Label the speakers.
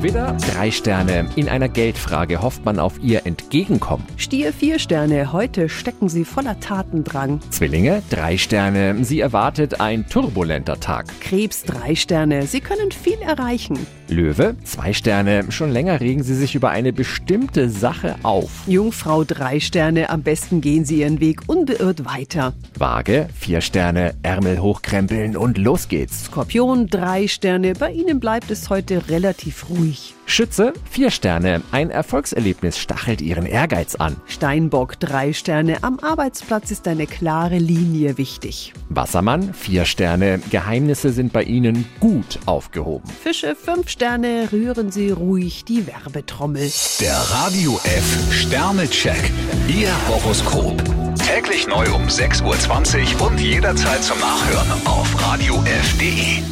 Speaker 1: Widder, drei Sterne. In einer Geldfrage hofft man auf ihr Entgegenkommen.
Speaker 2: Stier vier Sterne, heute stecken Sie voller Tatendrang.
Speaker 1: Zwillinge, drei Sterne. Sie erwartet ein turbulenter Tag.
Speaker 2: Krebs drei Sterne, Sie können viel erreichen.
Speaker 1: Löwe, zwei Sterne. Schon länger regen sie sich über eine bestimmte Sache auf.
Speaker 2: Jungfrau drei Sterne, am besten gehen Sie Ihren Weg unbeirrt weiter.
Speaker 1: Waage, vier Sterne. Ärmel hochkrempeln und los geht's.
Speaker 2: Skorpion drei Sterne, bei Ihnen bleibt es heute relativ ruhig.
Speaker 1: Schütze, vier Sterne. Ein Erfolgserlebnis stachelt ihren Ehrgeiz an.
Speaker 2: Steinbock drei Sterne, am Arbeitsplatz ist eine klare Linie wichtig.
Speaker 1: Wassermann, vier Sterne. Geheimnisse sind bei ihnen gut aufgehoben.
Speaker 2: Fische fünf Sterne, rühren Sie ruhig die Werbetrommel.
Speaker 3: Der Radio F Sternecheck. Ihr Horoskop. Täglich neu um 6.20 Uhr und jederzeit zum Nachhören auf Radio radiof.de.